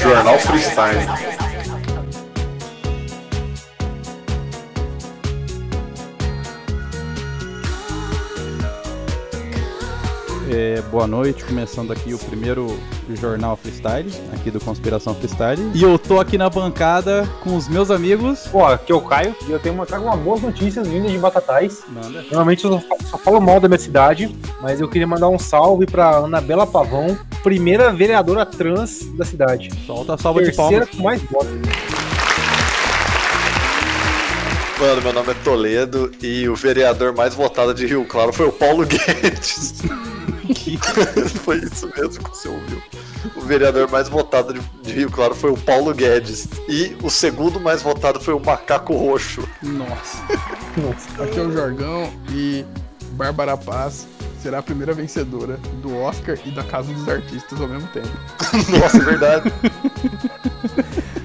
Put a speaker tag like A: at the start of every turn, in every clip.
A: Jornal Freestyle.
B: É, boa noite, começando aqui o primeiro jornal freestyle, aqui do Conspiração Freestyle. E eu tô aqui na bancada com os meus amigos.
C: Pô, aqui é o Caio e eu tenho uma, trago umas boas notícias vindas de Batatais.
B: Manda.
C: Normalmente eu só, fa- só falo mal da minha cidade, mas eu queria mandar um salve pra Anabela Pavão, primeira vereadora trans da cidade.
B: Solta a salva de
C: Terceira
B: palmas.
C: com mais votos.
A: Mano, meu nome é Toledo e o vereador mais votado de Rio Claro foi o Paulo Guedes. foi isso mesmo que você ouviu. O vereador mais votado de, de Rio Claro foi o Paulo Guedes. E o segundo mais votado foi o Macaco Roxo.
B: Nossa.
C: Nossa.
D: Aqui é o Jorgão e Bárbara Paz será a primeira vencedora do Oscar e da Casa dos Artistas ao mesmo tempo.
A: Nossa, é verdade.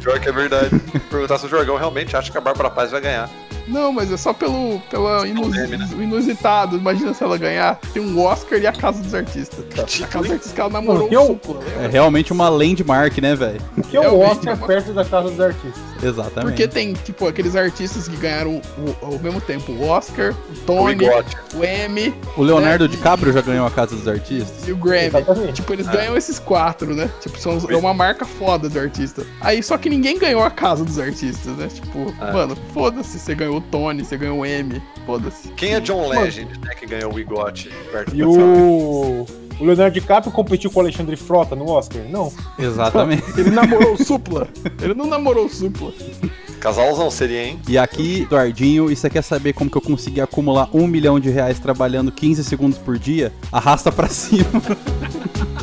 A: Pior que é verdade. Perguntar se o Jorgão realmente acha que a Bárbara Paz vai ganhar.
D: Não, mas é só pelo pela inus-
A: Prêmio, né?
D: o inusitado. Imagina se ela ganhar. Tem um Oscar e a Casa dos Artistas. A Casa dos Artistas que ela namorou
C: Não, eu-
D: o Supla, né? lembra?
B: É realmente uma landmark, né, velho?
C: O que é o
D: Realmente,
C: Oscar
D: mano.
C: perto da Casa dos Artistas?
B: Exatamente.
D: Porque tem, tipo, aqueles artistas que ganharam o- ao mesmo tempo o Oscar, o
A: O
D: Tony,
A: Bigote.
D: o M
B: O Leonardo
D: É, e-
B: DiCaprio já ganhou a Casa dos Artistas.
D: e o Grammy.
C: Exatamente.
D: Tipo, eles
A: É.
D: ganham esses quatro, né? Tipo, são, é uma marca foda do artista. Aí, só que ninguém ganhou a casa dos artistas, né? Tipo,
A: É.
D: mano, foda-se, você ganhou o Tony, você ganhou o M, foda-se.
A: Quem é John Legend, né, que ganhou o Bigote perto
C: E
A: da
C: o... o Leonardo DiCaprio competiu com o Alexandre Frota no Oscar? Não.
B: Exatamente.
D: Ele namorou o Supla. Ele não namorou o Supla.
A: Casalzão seria, hein?
B: E aqui, Eduardinho, e você quer saber como que eu consegui acumular um milhão de reais trabalhando 15 segundos por dia? Arrasta pra cima.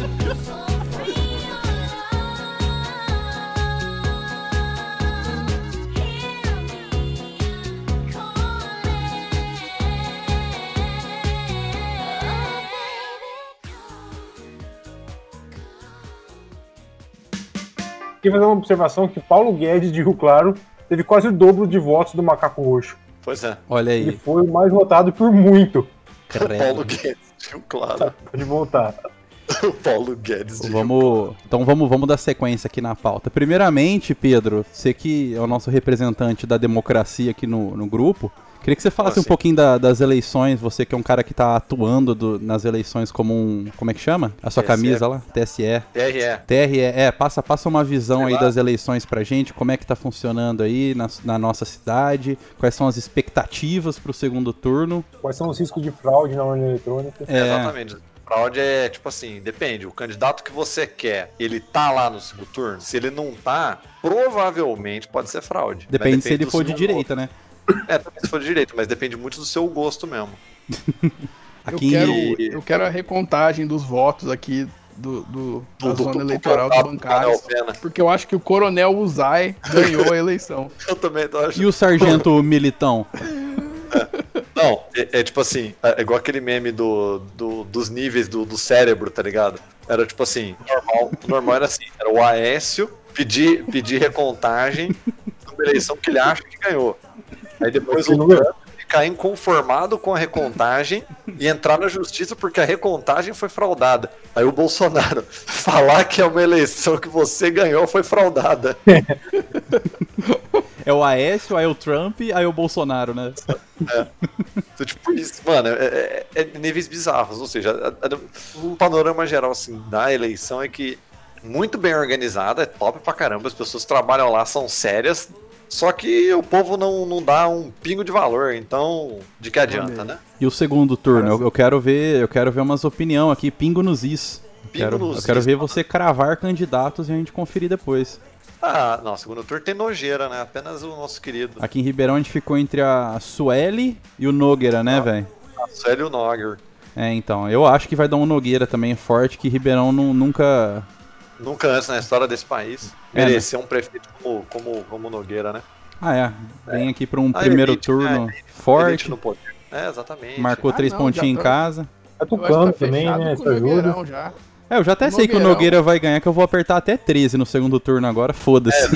C: Queria fazer uma observação que Paulo Guedes de Rio Claro teve quase o dobro de votos do Macaco Roxo.
A: Pois é.
B: Olha
C: Ele
B: aí.
C: foi o mais votado por muito.
A: Paulo
B: Credo.
A: Guedes, Rio Claro.
C: Pode voltar.
A: O Paulo Guedes de Rio
B: Vamos, então vamos, vamos dar sequência aqui na pauta. Primeiramente, Pedro, você que é o nosso representante da democracia aqui no, no grupo, queria que você
A: Ah,
B: falasse um
A: sim.
B: pouquinho da- das eleições, você que é um cara que tá atuando do- nas eleições como um. Como é que chama? A sua
A: TSE.
B: camisa lá? TSE.
A: TRE.
B: TRE, é, passa, passa uma visão
A: Sei
B: aí
A: lá.
B: das eleições pra gente, como é que tá funcionando aí na, na nossa cidade, quais são as expectativas pro segundo turno.
C: Quais são os riscos de fraude na urna eletrônica?
B: É,
A: Exatamente. Fraude é tipo assim, depende. O candidato que você quer, ele tá lá no segundo turno? Se ele não tá, provavelmente pode ser fraude. né?
B: depende se ele
A: do
B: for de
A: seu
B: direita, né?
A: gosto. É, também se for de direita, mas depende muito do seu gosto mesmo.
B: Aqui
D: Eu,
B: em-
D: quero, eu quero a recontagem dos votos aqui do, do- da
A: Do- do-
D: zona
A: do
D: eleitoral dos
A: candidato do
D: bancários.
A: Coronel Pena.
D: Porque eu acho que o Coronel Uzai ganhou a eleição.
A: Eu também tô achando.
B: E o sargento militão?
A: Não, é, é tipo assim, é igual aquele meme do, do- dos níveis do, do cérebro, tá ligado? Era tipo assim, normal, o normal era assim, era o Aécio pedir, pedir recontagem sobre a eleição que ele acha que ganhou. Aí depois o
C: Ele não ganhou.
A: Trump ficar inconformado com a recontagem e entrar na justiça porque a recontagem foi fraudada. Aí o Bolsonaro falar que é uma eleição que você ganhou foi fraudada.
B: É o Aécio, aí o Trump, aí o Bolsonaro, né?
A: Então, tipo, isso, mano, é, é- é níveis bizarros. Ou seja, a- a- um panorama geral, assim, da eleição é que muito bem organizada, é top pra caramba, as pessoas trabalham lá, são sérias, só que o povo não, não dá um pingo de valor, então de que adianta, né?
B: E o segundo turno, eu, eu quero ver, eu quero ver umas opinião aqui, pingo nos is.
A: Pingo
B: quero,
A: nos
B: eu quero
A: is,
B: ver você cravar candidatos e a gente conferir depois.
A: Ah, não, segundo turno tem nojeira, né? Apenas o nosso querido
B: Aqui em Ribeirão a gente ficou entre a Sueli e o Nogueira, né, velho?
A: Célio Nogger.
B: É, então, eu acho que vai dar um Nogueira também forte, que Ribeirão nu- nunca...
A: Nunca antes na história desse país
B: É, né?
A: merecer um prefeito como, como, como Nogueira, né?
B: Ah, é, vem aqui pra um
A: Ah,
B: primeiro
A: elite,
B: turno
A: né? Elite
B: forte,
A: no poder. É, exatamente.
B: marcou
D: Ah,
B: três
D: não,
B: pontinhos em
D: já tá.
B: casa.
C: Tá
D: Eu acho que
C: tucano também,
D: fechado
C: né?
D: com
C: Isso
D: o
C: ajuda.
D: Nogueirão já.
B: É, eu já até sei que o
D: Nogueirão.
B: Nogueira vai ganhar, que eu vou apertar até 13 no segundo turno agora, foda-se.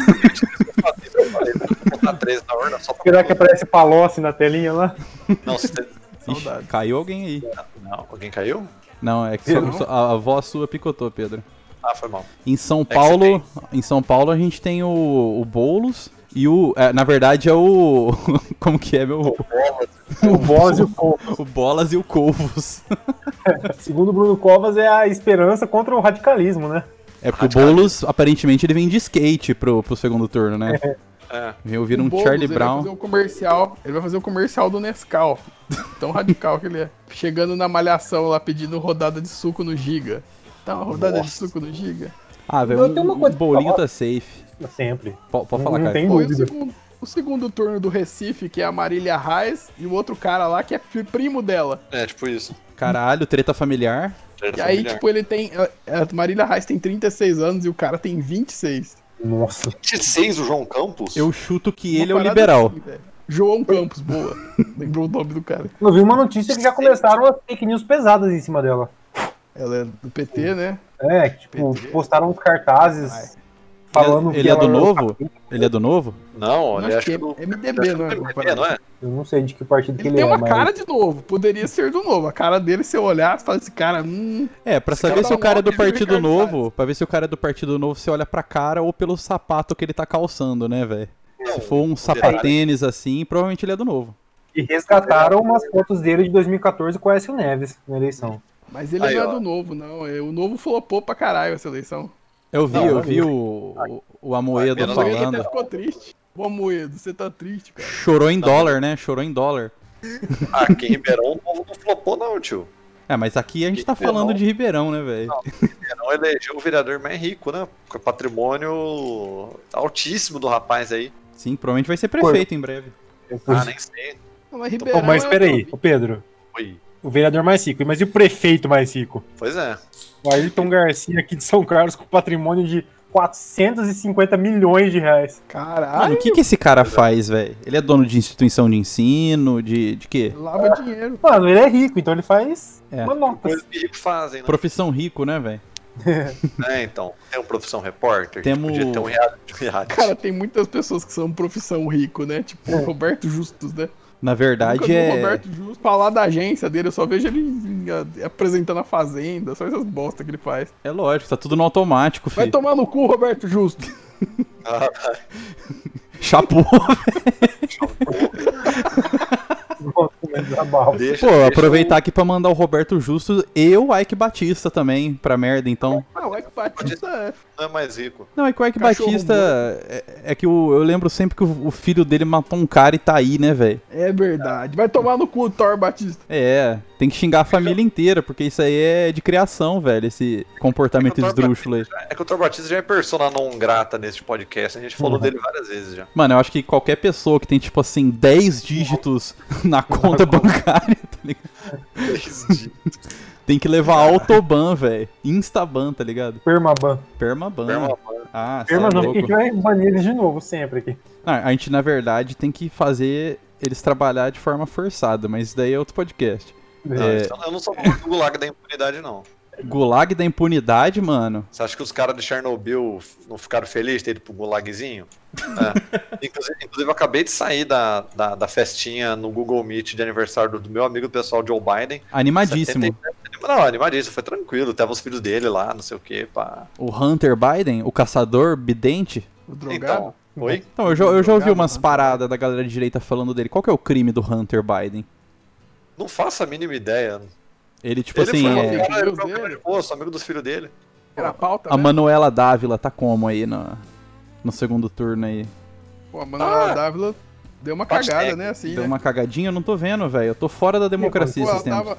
A: Ah, Botar três na urna só pra-
C: Será que aparece Palocci na telinha lá?
A: Não, se tem-
B: Ixi,
D: Saudade.
B: caiu alguém aí.
A: Não, alguém caiu?
B: Não, é que só-
D: Não?
B: só- a, a voz sua picotou, Pedro.
A: Ah, foi mal.
B: Em
D: É
B: São
A: que
B: Paulo, em São Paulo a gente tem o, o Boulos e o, é, na verdade é o como que é meu
C: O Boss e o Covas.
B: o Bolas e o Colvos.
C: Segundo o Bruno Covas, é a esperança contra o radicalismo, né?
B: É porque o Boulos aparentemente ele vem de skate pro, pro segundo turno, né?
A: É.
B: Eu vira um
D: O Boulos,
B: Charlie
D: ele Vai
B: Brown.
D: fazer um comercial, ele vai fazer um comercial do Nescau. Tão radical que ele é. Chegando na malhação lá pedindo rodada de suco no Giga. Tá uma rodada de
A: Nossa.
D: suco no Giga.
B: Ah, velho,
C: Eu
B: um,
C: tenho uma
B: um
C: coisa pra
B: bolinho
C: falar.
B: tá safe.
C: Sempre.
B: Po- Pode
C: Não-
B: falar,
C: não
B: cara.
C: tem
D: Pô, e o,
C: dúvida.
D: segundo, o segundo turno do Recife, que é a Marília Reis, e o outro cara lá que é fi- primo dela.
A: É, tipo isso.
D: um-
B: Caralho, treta familiar.
A: Era
D: E aí,
A: familiar.
D: tipo, ele tem. A a Marília Reis tem 36 anos e o cara tem 26.
C: Nossa.
D: tipo,
A: 26, o João Campos?
B: Eu chuto que
A: um
B: ele é
D: Uma
B: o
D: parada
B: liberal.
D: assim, velho. João Campos, boa. Lembrou o nome do cara.
C: Eu vi uma notícia que já começaram as fake news pesadas em cima dela.
D: Ela é do PT, né?
C: É, tipo, postaram uns cartazes falando
B: Ele é
C: que
D: um
B: do
C: ela-
B: novo? Ele é do novo?
A: Não,
D: Eu
A: ele
D: acho
A: acho
D: que
A: que.
D: é
A: do-
D: MDB,
A: acho que
D: não é?
A: do PMDB,
D: Parada.
A: não é?
C: Eu não sei de que partido que
D: Ele
C: ele
D: tem
C: é,
D: uma
C: mas
D: cara de novo, poderia ser do novo. A cara dele, se eu olhar, você fala esse cara, hum,
B: É, pra
D: Esse
B: saber
D: cara
B: se o
D: tá
B: cara é do
D: louco, ele
B: Partido
D: fica
B: Novo, pra ver se o cara é do Partido Novo, você olha pra cara ou pelo sapato que ele tá calçando, né, velho? Se
D: assim.
B: for um sapatênis assim, provavelmente ele é do Novo.
C: e resgataram umas fotos dele de 2014 com o Aécio Neves na eleição.
D: mas ele
A: Aí,
D: não é
A: ó.
D: do novo, não. É, O novo flopou pra caralho essa eleição.
B: Eu vi,
C: Não,
B: eu
C: não
B: vi o, o, o Amoedo
A: Vai,
D: O
A: Tô
D: Moedo até
B: falando.
D: ficou triste. Ô, Moedo, você tá triste, cara.
B: Chorou em dólar, né? Chorou em dólar.
A: Ah, Aqui em Ribeirão o povo não flopou, não, tio.
B: É, mas aqui a gente tá
A: Ribeirão.
B: falando de Ribeirão, né, velho?
A: Ribeirão elegeu o vereador mais rico, né? Com patrimônio altíssimo do rapaz aí.
B: Sim, provavelmente vai ser prefeito em breve.
A: Ah, nem sei.
D: Não, mas
C: Pô,
D: Ribeirão
C: mas
D: é o
C: peraí,
D: novo.
C: ô Pedro,
A: Oi.
C: o vereador mais rico, mas e o prefeito mais rico?
A: Pois é.
C: O Ayrton Garcia aqui de São Carlos com patrimônio de 450 milhões de reais.
B: Mano,
D: Caralho,
B: o que que esse cara faz, velho? Ele é dono de instituição de ensino, de, de quê?
D: lava dinheiro.
C: Mano, ele é rico, então ele faz
B: É.
C: uma nota.
A: Coisas que ricos fazem, né?
B: Profissão rico, né, velho?
A: É, então. Tem um profissão repórter.
B: Temos-
A: Que podia ter um reality. reality.
D: Cara, tem muitas pessoas que são profissão rico, né? Tipo o Roberto Justus, né?
B: Na verdade
D: Nunca vi o
B: é.
D: Roberto Justus falar da agência dele, eu só vejo ele em- apresentando a Fazenda, só essas bosta que ele faz.
B: É lógico, tá tudo no automático,
D: Vai
B: filho.
D: tomar no cu, Roberto Justus.
B: Chapou.
C: Nossa, mas desabafo.
A: Deixa-
B: Pô,
A: deixa
B: aproveitar aqui pra mandar o Roberto Justo e o Ike Batista também pra merda, então.
D: Ah, o Ike Batista é.
A: o- Não é mais rico.
B: Não, é que o Ike
D: Cachorro
B: Batista. É, é que o- eu lembro sempre que o, o filho dele matou um cara e tá aí, né, velho?
D: É verdade. Vai tomar no cu, Thor Batista.
B: É, tem que xingar a família inteira, porque isso aí é de criação, velho, esse comportamento
A: É que o Thor
B: esdrúxulo aí.
A: É que o Thor Batista já é persona não grata nesse podcast. A gente falou dele várias vezes já.
B: Mano, eu acho que qualquer pessoa que tem, tipo assim, 10 dígitos na conta bancária, tá ligado? Tem que levar Autoban, velho. Instaban, tá ligado?
C: Permaban.
B: Permaban.
A: Permaban.
B: Ah, cê é
C: Perma não,
B: louco.
C: porque a gente vai banir eles de novo sempre aqui.
B: Ah, a gente, na verdade, tem que fazer eles trabalhar de forma forçada, mas isso daí é outro podcast.
A: Não,
B: É.
A: então Eu não sou o gulag da impunidade, não.
B: Gulag da impunidade, mano.
A: Você acha que os caras de Chernobyl f- não ficaram felizes de ter ido pro gulagzinho? É. inclusive, inclusive, eu acabei de sair da, da, da festinha no Google Meet de aniversário do, do meu amigo pessoal Joe Biden.
B: Animadíssimo.
A: 77 Não, animadíssimo, foi tranquilo. Tava os filhos dele lá, não sei o que, pá.
B: O Hunter Biden, o caçador bidente.
D: O
A: Então,
D: drogado.
A: oi?
B: Então, eu já, eu já ouvi
D: Drogado,
B: umas
D: né?
B: paradas da galera de direita falando dele. Qual que é o crime do Hunter Biden?
A: Não faço a mínima ideia.
B: Ele, tipo assim,
A: foi,
D: uma
B: é,
D: figura-
A: cara, ele foi um
D: dele.
A: cara de boa, sou amigo dos filhos dele.
D: Era a pauta,
B: a
D: né?
B: Manuela Dávila tá como aí no, no segundo turno aí?
D: Pô, a Manuela
A: Ah!
D: Dávila deu uma
A: Hashtag.
D: cagada, né? Assim,
B: Deu
D: né?
B: uma cagadinha? Eu não tô vendo, velho. Eu tô fora
D: é
B: da democracia
D: Pô, ela
B: esses tempos.
D: tava,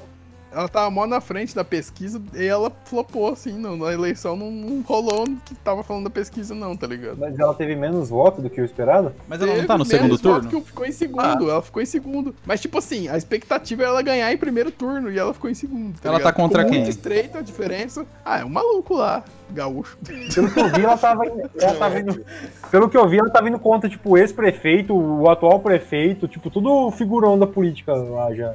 D: ela tava mó na frente da pesquisa e ela flopou, assim, não, na eleição não, não rolou o que tava falando da pesquisa, não, tá ligado?
C: Mas ela teve menos voto do que o esperado?
B: Mas ela não tá
D: Teve
B: no
D: menos
B: segundo
D: voto
B: turno?
D: Que ficou em
A: Ah.
D: segundo, ela ficou em segundo. Mas, tipo assim, a expectativa era ela ganhar em primeiro turno e ela ficou em segundo.
B: Ela tá
D: ligado? Ficou
B: contra
D: muito
B: quem?
D: estreita a diferença. Ah, é um maluco lá, gaúcho.
C: Pelo que eu vi, ela tava, indo- ela tava indo. Pelo que eu vi, ela tava indo contra, tipo, o ex-prefeito, o atual prefeito, tipo, tudo figurão da política lá já.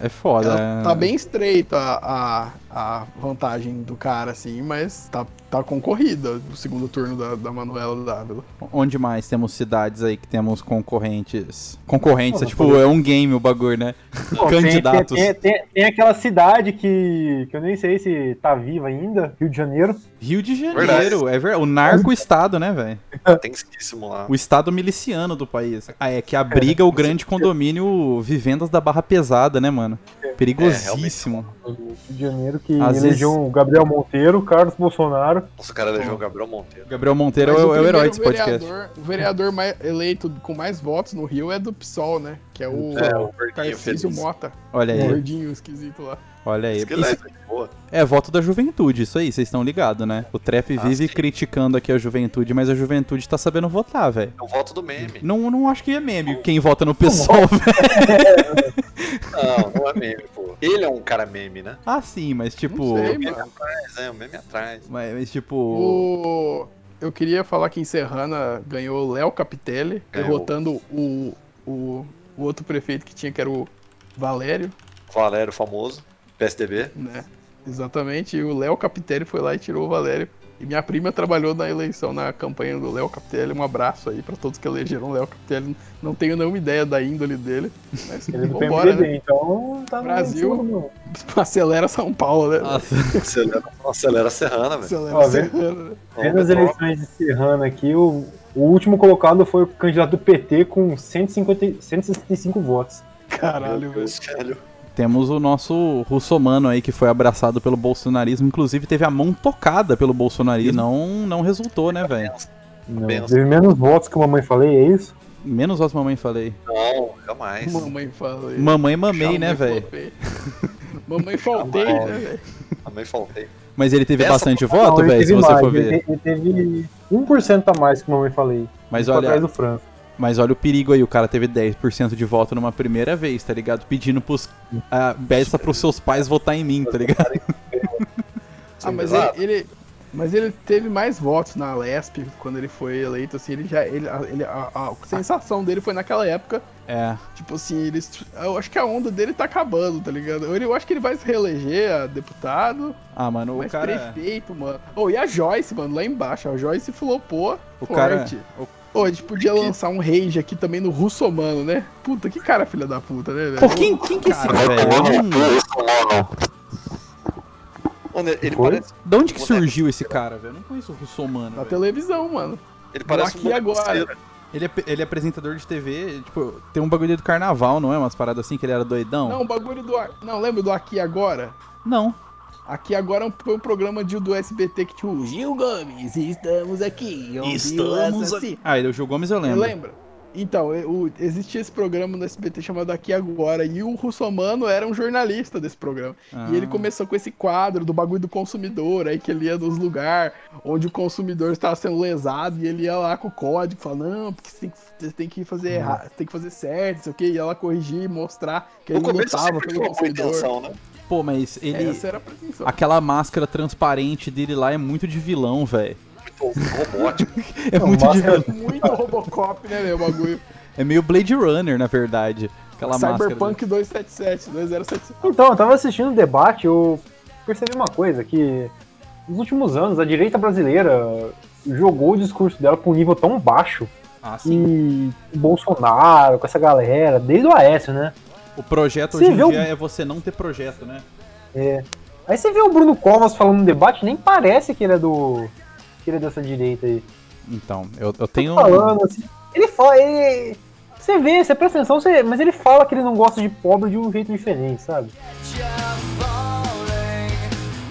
B: É, é foda.
D: Ela
B: é.
D: tá bem estreita a, a, a vantagem do cara, assim, mas tá, tá concorrida o segundo turno da, da Manuela Dávila.
B: Onde mais temos cidades aí que temos concorrentes? Concorrentes, é, tipo, é um game o bagulho, né?
C: Pô, tem-
B: Candidatos.
C: Tem, tem- tem- tem aquela cidade que, que eu nem sei se tá viva ainda, Rio de Janeiro.
B: Rio de Janeiro, é verdade. O narco-estado, né, velho?
A: Tensíssimo lá.
B: O estado miliciano do país. Ah, é, que abriga o grande condomínio Vivendas da Barra Pesada, né, mano?
A: É,
B: Perigosíssimo.
C: Rio de Janeiro que
B: Às
C: elegeu
B: vezes-
C: o Gabriel Monteiro, o Carlos Bolsonaro.
A: Nossa, o cara elegeu o Gabriel Monteiro.
B: Gabriel Monteiro é
D: Mas
B: o, é o herói
D: primeiro
B: desse podcast.
D: vereador- O vereador mais eleito com mais votos no Rio é do PSOL, né? Que é o
A: É, o Gordinho
D: Tarcísio
A: feliz.
D: Mota,
B: Olha
D: o
B: aí,
D: gordinho esquisito lá.
B: olha aí.
A: Isso que ele
B: Isso-
A: é de boa.
B: é voto da juventude, isso aí, vocês estão ligados, né? O Trap
A: Ah,
B: vive
A: sim.
B: criticando aqui a juventude, mas a juventude tá sabendo votar, velho.
A: É o voto do meme.
B: Não, não acho que é meme quem vota no PSOL, velho.
A: Não, não é meme, pô. Ele é um cara meme, né?
B: Ah, sim, mas tipo.
D: Não sei,
A: Meme
D: mano.
A: atrás, é, um meme atrás.
B: Mas, mas, tipo.
D: O... Eu queria falar que em Serrana ganhou o Léo Capitelli,
A: Ganhou.
D: derrotando o, o, o outro prefeito que tinha, que era o Valério,
A: Valério famoso, PSDB.
D: né? Exatamente, e o Léo Capitelli foi lá e tirou o Valério. E minha prima trabalhou na eleição, na campanha do Léo Capitelli. Um abraço aí pra todos que elegeram o Léo Capitelli. Não tenho nenhuma ideia da índole dele, mas
C: Ele não tem
D: vambora,
C: MDB,
D: né?
C: então tá no
D: Brasil.
C: em cima, não.
D: Acelera São Paulo, né?
B: Nossa,
A: Acelera, acelera a Serrana, velho.
D: Acelera
C: Ó,
D: Serrana, né?
C: Vendo as eleições de Serrano aqui, o, o último colocado foi o candidato do PT com 150, 165 votos.
D: Caralho, velho.
A: velho.
B: Temos o nosso russomano aí que foi abraçado pelo bolsonarismo, inclusive teve a mão tocada pelo bolsonarismo, e não, não resultou, né, velho?
C: Não,
A: Benção.
C: teve menos votos que a mamãe falei, é isso?
B: Menos as mamãe falei.
A: Não, jamais.
D: Mamãe fala aí.
B: Mamãe mamei, né,
D: Mamãe
B: velho?
D: flopei. Mamãe faltei, né, velho?
A: Também faltei.
B: Mas ele teve
A: Essa-
B: bastante
C: Não,
B: voto,
C: ele
B: velho, se
C: teve
B: você
C: mais,
B: for ver.
C: Ele, te- ele teve 1% a mais que a mamãe falei.
B: Mas
C: Ficou atrás
D: um
B: olha,
C: do França.
B: mas olha o perigo aí, o cara teve 10% de voto numa primeira vez, tá ligado? Pedindo pros. A beça pros seus pais votar em mim, tá ligado?
D: Ah, mas
A: Exato.
D: ele, ele- mas ele teve mais votos na Lesp quando ele foi eleito, assim, ele já. Ele, a, ele- a- a sensação dele foi naquela época,
B: É.
D: tipo assim, ele. Eu acho que a onda dele tá acabando, tá ligado? Eu, eu acho que ele vai se reeleger a deputado,
B: Ah, mano, o
D: mas
B: cara.
D: prefeito, mano. Oh, e a Joyce, mano, lá embaixo. A Joyce flopou
B: O cara.
D: forte.
B: o-
D: Ô, a gente podia lançar um rage aqui também no russomano, né? Puta, que cara filha da puta, né, velho?
B: Pô, quem, quem que é esse
D: Cara,
B: velho? Eu não-
A: Mano, ele
C: Oi?
A: parece,
B: De onde que surgiu esse cara, velho? Eu não conheço o russomano.
D: Na
B: velho.
D: televisão, mano.
A: ele parece um
D: Aqui agora.
A: boneco.
B: Ele é, ele é apresentador de TV, tipo, tem um bagulho do carnaval, não é? Umas paradas assim que ele era doidão?
D: Não, o bagulho do. a- Não, lembra do Aqui Agora?
B: Não.
D: Aqui agora é um- foi um programa de, do SBT que tinha o Gil Gomes, estamos aqui. onde
B: Estamos
D: o assassino-
B: Ah, ele é o Gil Gomes, eu lembro.
D: Lembra? Então, e- o, existia esse programa no SBT chamado Aqui Agora, e o Russomano era um jornalista desse programa.
B: Ah.
D: E ele começou com esse quadro do bagulho do consumidor, aí que ele ia nos lugares onde o consumidor estava sendo lesado, e ele ia lá com o código, falando, não, porque você tem que, você tem que fazer errado, tem que fazer certo, não sei o quê, ia lá corrigir, mostrar que
A: No
D: ele não
A: começo
D: lutava
A: sempre
D: pelo
A: foi uma
D: consumidor.
A: intenção, né?
B: Pô, mas ele.
D: Essa era a pretensão.
B: Aquela máscara transparente dele lá é muito de vilão, velho.
A: Muito robótico.
B: É
C: Não,
B: muito de
C: máscara-
B: vilão.
D: Muito Robocop, né, meu? O bagulho.
B: É meio Blade Runner, na verdade. Aquela máscara.
D: Cyberpunk 277, 2077.
C: Então, eu tava assistindo o debate, eu percebi uma coisa, que nos últimos anos a direita brasileira jogou o discurso dela pra um nível tão baixo
B: Ah, sim.
C: e o Bolsonaro, com essa galera, desde o Aécio, né?
B: O projeto
C: Você
B: hoje em
C: vê o-
B: dia é você não ter projeto, né?
C: Aí você vê o Bruno Covas falando no debate, nem parece que ele é do. que ele é dessa direita aí.
B: Então, eu, eu tenho.
C: Falando assim. Ele fala, ele. Você vê, você presta atenção, você- mas ele fala que ele não gosta de pobre de um jeito diferente, sabe?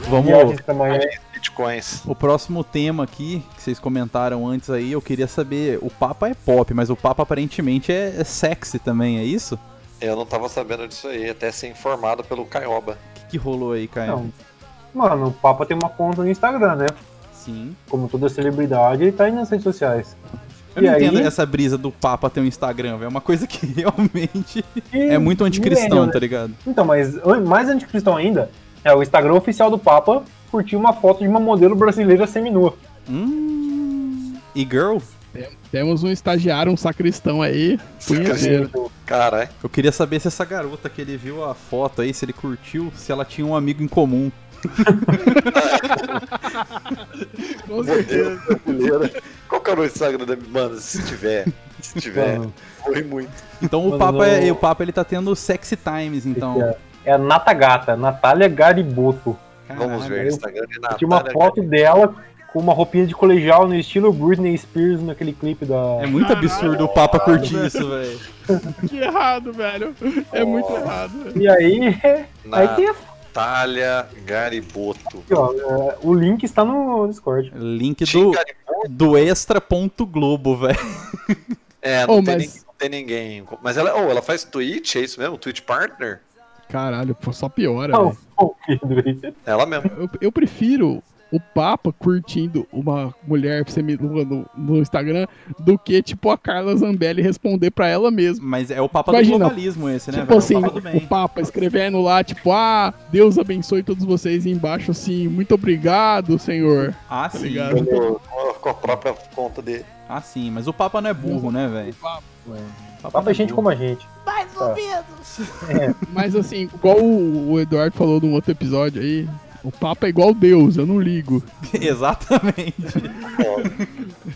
B: Vamos.
C: Viagens pra
B: É.
C: Miami.
A: Bitcoins.
B: O próximo tema aqui, que vocês comentaram antes aí, eu queria saber. O Papa é pop, mas o Papa aparentemente é, é sexy também, é isso?
A: Eu não tava sabendo disso aí, até ser informado pelo Caioba.
B: O que, que rolou aí, Caio?
C: Não. Mano, o Papa tem uma conta no Instagram, né?
B: Sim.
C: Como toda celebridade, ele tá aí nas redes sociais.
B: Eu
C: E
B: não entendo
C: aí?
B: essa brisa do Papa ter um Instagram, velho. É uma coisa que realmente
C: E-
B: é muito anticristão,
C: millennial, né?
B: tá ligado?
C: Então, mas an- mais anticristão ainda, é o Instagram oficial do Papa curtiu uma foto de uma modelo brasileira seminua.
B: Hum. E girl?
D: Temos um estagiário, um sacristão aí. Punheteiro.
A: Caralho.
B: Eu queria saber se essa garota que ele viu a foto aí, se ele curtiu, se ela tinha um amigo em comum.
D: Com certeza.
A: brasileira. Qual que é o nome do Instagram da Mano, se tiver. Se tiver.
C: Mano.
A: Foi muito.
B: Então o
C: Mano,
B: Papa, é-
C: no-
B: o Papa ele tá tendo sexy times, então.
C: É, é a Nata Gata, Natália Gariboto.
A: Vamos ver.
B: Caralho.
A: Instagram de Natália.
C: Tinha uma foto dela com uma roupinha de colegial no estilo Britney Spears naquele clipe da.
B: É muito absurdo o Papa curtir isso, velho.
D: Que errado, velho. É muito
A: Nossa.
D: errado. velho.
C: E aí, aí tem essa
A: Natália Gariboto.
C: aqui, ó. é, O link está no Discord.
B: Link
A: Tim
B: do,
A: Gariboto?
B: do extra.globo, velho.
A: É, não
D: Oh,
A: tem,
D: mas-
A: ninguém, não tem ninguém. Mas ela, oh, ela faz Twitch, é isso mesmo? Twitch Partner?
D: Caralho, pô, só piora,
C: Não,
D: velho.
C: pô, Pedro. é aí.
A: Ela mesmo.
D: Eu, eu prefiro o Papa curtindo uma mulher pra você me- no, no- no Instagram do que, tipo, a Carla Zambelli responder pra ela mesma.
B: Mas é o Papa
D: Imagina,
B: do globalismo esse, né,
D: Tipo
B: velho?
D: assim,
B: é o Papa do
D: o
B: bem.
D: Papa escrevendo lá, tipo, ah, Deus abençoe todos vocês e embaixo, assim, muito obrigado, senhor.
B: Ah, sim.
D: ligado?
A: Com com a- com a própria conta dele.
B: Ah, sim. Mas o Papa não é burro, né, velho?
A: Tá
C: Papa é gente
B: burro.
C: como a gente.
E: Mais
C: Tá.
E: ou menos.
D: Mas assim, igual o, o Eduardo falou num outro episódio aí, o Papa é igual Deus, eu não ligo.
B: Exatamente.
A: Ó,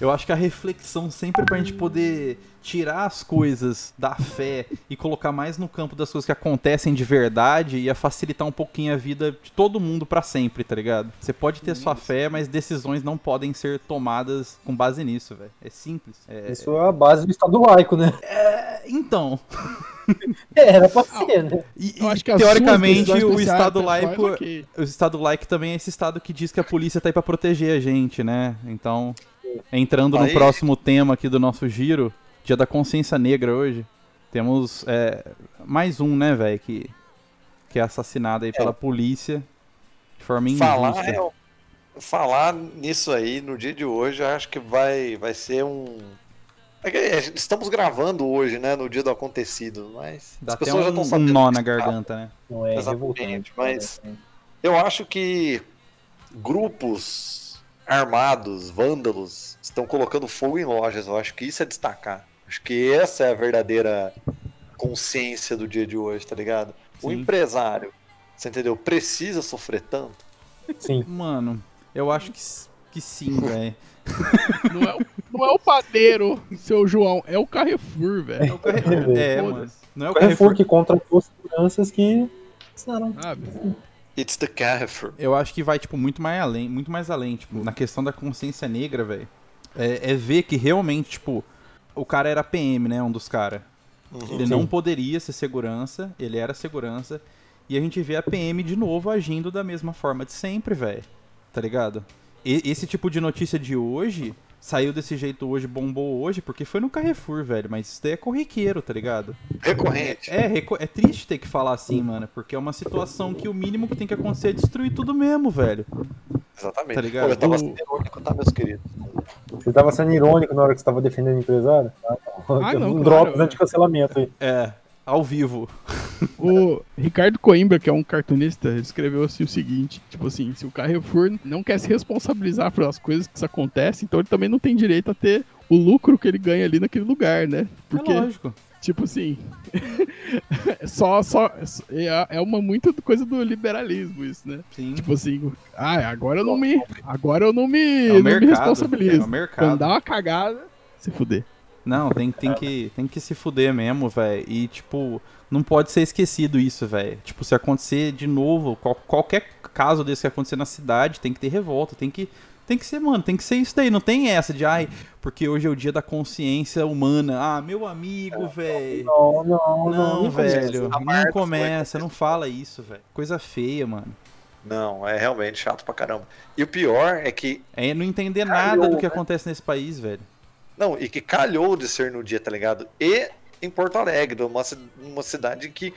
B: Eu acho que a reflexão sempre pra gente poder tirar as coisas da fé e colocar mais no campo das coisas que acontecem de verdade ia facilitar um pouquinho a vida de todo mundo pra sempre, tá ligado? Você pode ter sua fé, mas decisões não podem ser tomadas com base nisso, velho. É simples. É-
C: Isso é a base do Estado laico, né?
B: é- Então,
C: É, era pra ser, né?
B: e-
D: Eu acho que
B: e,
D: as
B: teoricamente
D: suas decisões
B: o Estado
D: pessoais,
B: laico,
D: ok.
B: o Estado laico também é esse Estado que diz que a polícia tá aí pra proteger a gente, né? Então, entrando no
A: Aí-
B: próximo tema aqui do nosso giro, Dia da Consciência Negra hoje, temos é, mais um, né, velho, que, que é assassinado aí pela polícia de forma
A: falar,
B: injusta.
A: é- falar nisso aí no dia de hoje, eu acho que vai, vai ser um. é que a gente- Estamos gravando hoje, né? No dia do acontecido, mas
B: Dá
A: as
B: até
A: pessoas já
B: um,
A: estão
B: um
A: sabendo.
B: nó
A: disso, tá?
B: na garganta, né?
C: Não é
A: Exatamente,
C: revoltante.
A: mas-
C: cara.
A: Eu acho que grupos armados, vândalos, estão colocando fogo em lojas. Eu acho que isso é destacar. Acho que essa é a verdadeira consciência do dia de hoje, tá ligado? O
B: Sim.
A: empresário, você entendeu? Precisa sofrer tanto.
C: Sim.
B: Mano, eu acho que, s- que sim, velho.
D: Não é, o- não é o padeiro, seu João, é o Carrefour, velho.
B: É,
D: Foda-se.
B: mano. Não é o
C: Carrefour
B: Carrefour.
C: que contratou seguranças que. Não,
B: É.
D: Sabe?
A: It's the Carrefour.
B: Eu acho que vai, tipo, muito mais além, muito mais além, tipo, na questão da consciência negra, velho. É, é ver que realmente, tipo, o cara era PM, né? Um dos caras. Ele não poderia ser segurança, ele era segurança. E a gente vê a PM de novo agindo da mesma forma de sempre, velho. Tá ligado? E- esse tipo de notícia de hoje saiu desse jeito hoje, bombou hoje, porque foi no Carrefour, velho. Mas isso daí é corriqueiro, tá ligado?
A: Recorrente.
B: É, reco- é triste ter que falar assim, mano, porque é uma situação que o mínimo que tem que acontecer é destruir tudo mesmo, velho.
A: Exatamente.
B: Tá ligado?
A: Pô, eu tava
D: O-
A: sendo irônico, tá, meus queridos?
C: Você tava sendo irônico na hora que você tava defendendo o empresário? Ah,
D: Ah, não,
C: um
D: claro,
C: drops
D: é.
C: anti-cancelamento aí.
B: É, ao vivo.
D: O Ricardo Coimbra, que é um cartunista, ele escreveu assim o seguinte: tipo assim, se o Carrefour não quer se responsabilizar pelas coisas que isso acontece, então ele também não tem direito a ter o lucro que ele ganha ali naquele lugar, né? Porque,
B: É lógico.
D: tipo assim, é só, só é, é uma muita coisa do liberalismo isso, né?
B: Sim.
D: Tipo assim, ah, agora eu não me, agora eu não me,
B: é
D: não
B: o
D: me
B: mercado. É
D: responsabilizo.
B: o
D: Quando
B: mercado.
D: dá uma cagada, se fuder.
B: Não, tem, tem, que, tem que se fuder mesmo, velho. E, tipo, não pode ser esquecido isso, velho. Tipo, se acontecer de novo, qual- qualquer caso desse que acontecer na cidade, tem que ter revolta, tem que. Tem que ser, mano, tem que ser isso daí. Não tem essa de, ai, porque hoje é o dia da consciência humana. Ah, meu amigo, velho.
C: Não,
B: Não,
C: não, não.
B: velho.
A: Amarga,
B: Não começa, não fala isso, velho. Coisa feia, mano.
A: Não, é realmente chato pra caramba. E o pior é que.
B: É não entender
A: Calhou,
B: nada do que
A: né?
B: acontece nesse país, velho.
A: Não, e que calhou de ser no dia, tá ligado? E em Porto Alegre, uma, ci- uma cidade que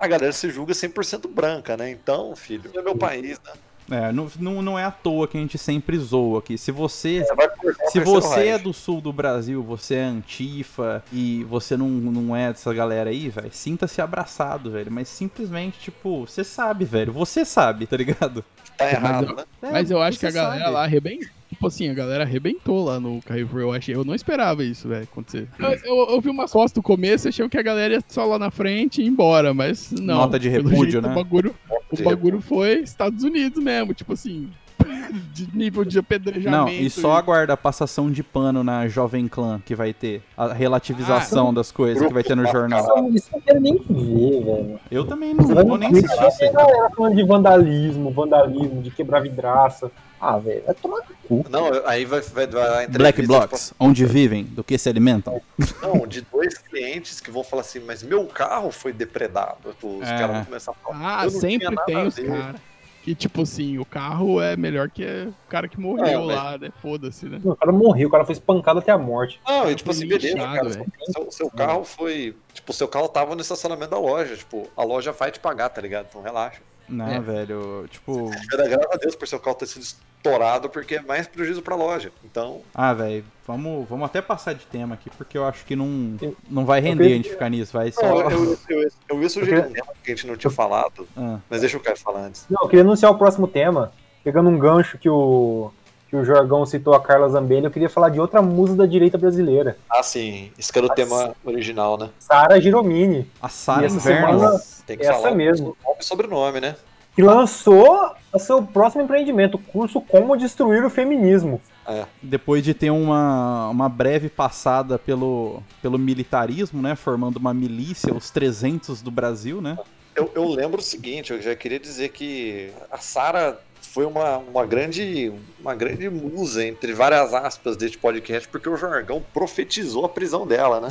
A: a galera se julga 100% branca, né? Então, filho, é meu país, né?
B: É, não, não, não é à toa que a gente sempre zoa aqui. Se você.
A: Você vai cortar o
B: Se
A: personagem.
B: você é do sul do Brasil, você é antifa e você não, não é dessa galera aí, velho, sinta-se abraçado, velho. Mas simplesmente, tipo, você sabe, velho. Você sabe, tá ligado?
A: Tá errado, né?
B: É,
D: Mas eu acho que
B: você
D: a galera
B: sabe.
D: lá arrebentou. Tipo assim, a galera arrebentou lá no Carrefour. Eu achei, eu não esperava isso, velho, acontecer. Eu, eu, eu vi umas fotos do começo, achei que a galera ia só lá na frente e ir embora, mas não.
B: Nota de
D: Pelo
B: repúdio, né?
D: O bagulho, O bagulho foi Estados Unidos mesmo, tipo assim, de nível de apedrejamento.
B: Não, e só aguarda a passação de pano na Jovem Clã que vai ter. A
D: Ah,
B: relativização das coisas que vai ter no jornal.
E: Nossa, Isso é eu não quero nem ver, velho.
B: Eu também não vou nem assistir isso aí.
C: Não,
E: Tá falando de vandalismo, vandalismo, de quebrar vidraça. Ah, velho, vai tomar no cu.
A: Não, eu- aí vai, vai, vai dar entrevista.
B: Black
A: tipo,
B: Blocks, onde vivem, do que se alimentam.
A: Não, de dois clientes que vão falar assim, mas meu carro foi depredado. Os
B: É.
A: caras vão começar a falar.
D: Ah,
A: "Eu não tinha
D: sempre
A: nada a
D: tem os
A: ver".
D: caras. Que tipo assim, o carro é melhor que o cara que morreu
A: É, mas-
D: lá, né? Foda-se, né?
E: O cara morreu, o cara foi espancado até a morte.
A: Não, e tipo assim, beleza,
D: Lixado,
A: cara. seu- Seu, seu carro foi. Tipo, seu carro tava no estacionamento da loja. Tipo, a loja vai te pagar, tá ligado? Então relaxa.
B: Não,
D: É.
B: velho, tipo.
A: Graças a Deus por seu carro ter sido estourado, porque é mais prejuízo pra loja. Então,
B: Ah, velho, vamos, vamos até passar de tema aqui, porque eu acho que não,
E: Eu-
B: não vai render a
E: queria-
B: gente ficar nisso, vai
A: não, eu,
B: só.
A: eu, eu, eu ia sugerir um tema que a gente não tinha falado,
B: Ah,
A: mas deixa o Caio falar antes.
E: Não, eu queria anunciar o próximo tema. Pegando um gancho que o, que o Jorgão citou a Carla Zambelli, eu queria falar de outra musa da direita brasileira,
A: Ah, sim. Esse que era o tema original, né?
E: Sara Giromini,
B: a Sara
E: E essa
B: Inferno.
E: semana-
A: Tem que
E: essa
A: falar
E: mesmo,
A: o nome e sobrenome, né?
E: que lançou o seu próximo empreendimento, o curso Como Destruir o Feminismo.
A: É.
B: Depois de ter uma, uma breve passada pelo, pelo militarismo, né? Formando uma milícia, os 300 do Brasil, né?
A: Eu, eu lembro o seguinte, eu já queria dizer que a Sara foi uma, uma grande uma grande musa, entre várias aspas, deste podcast, porque o Jorgão profetizou a prisão dela, né?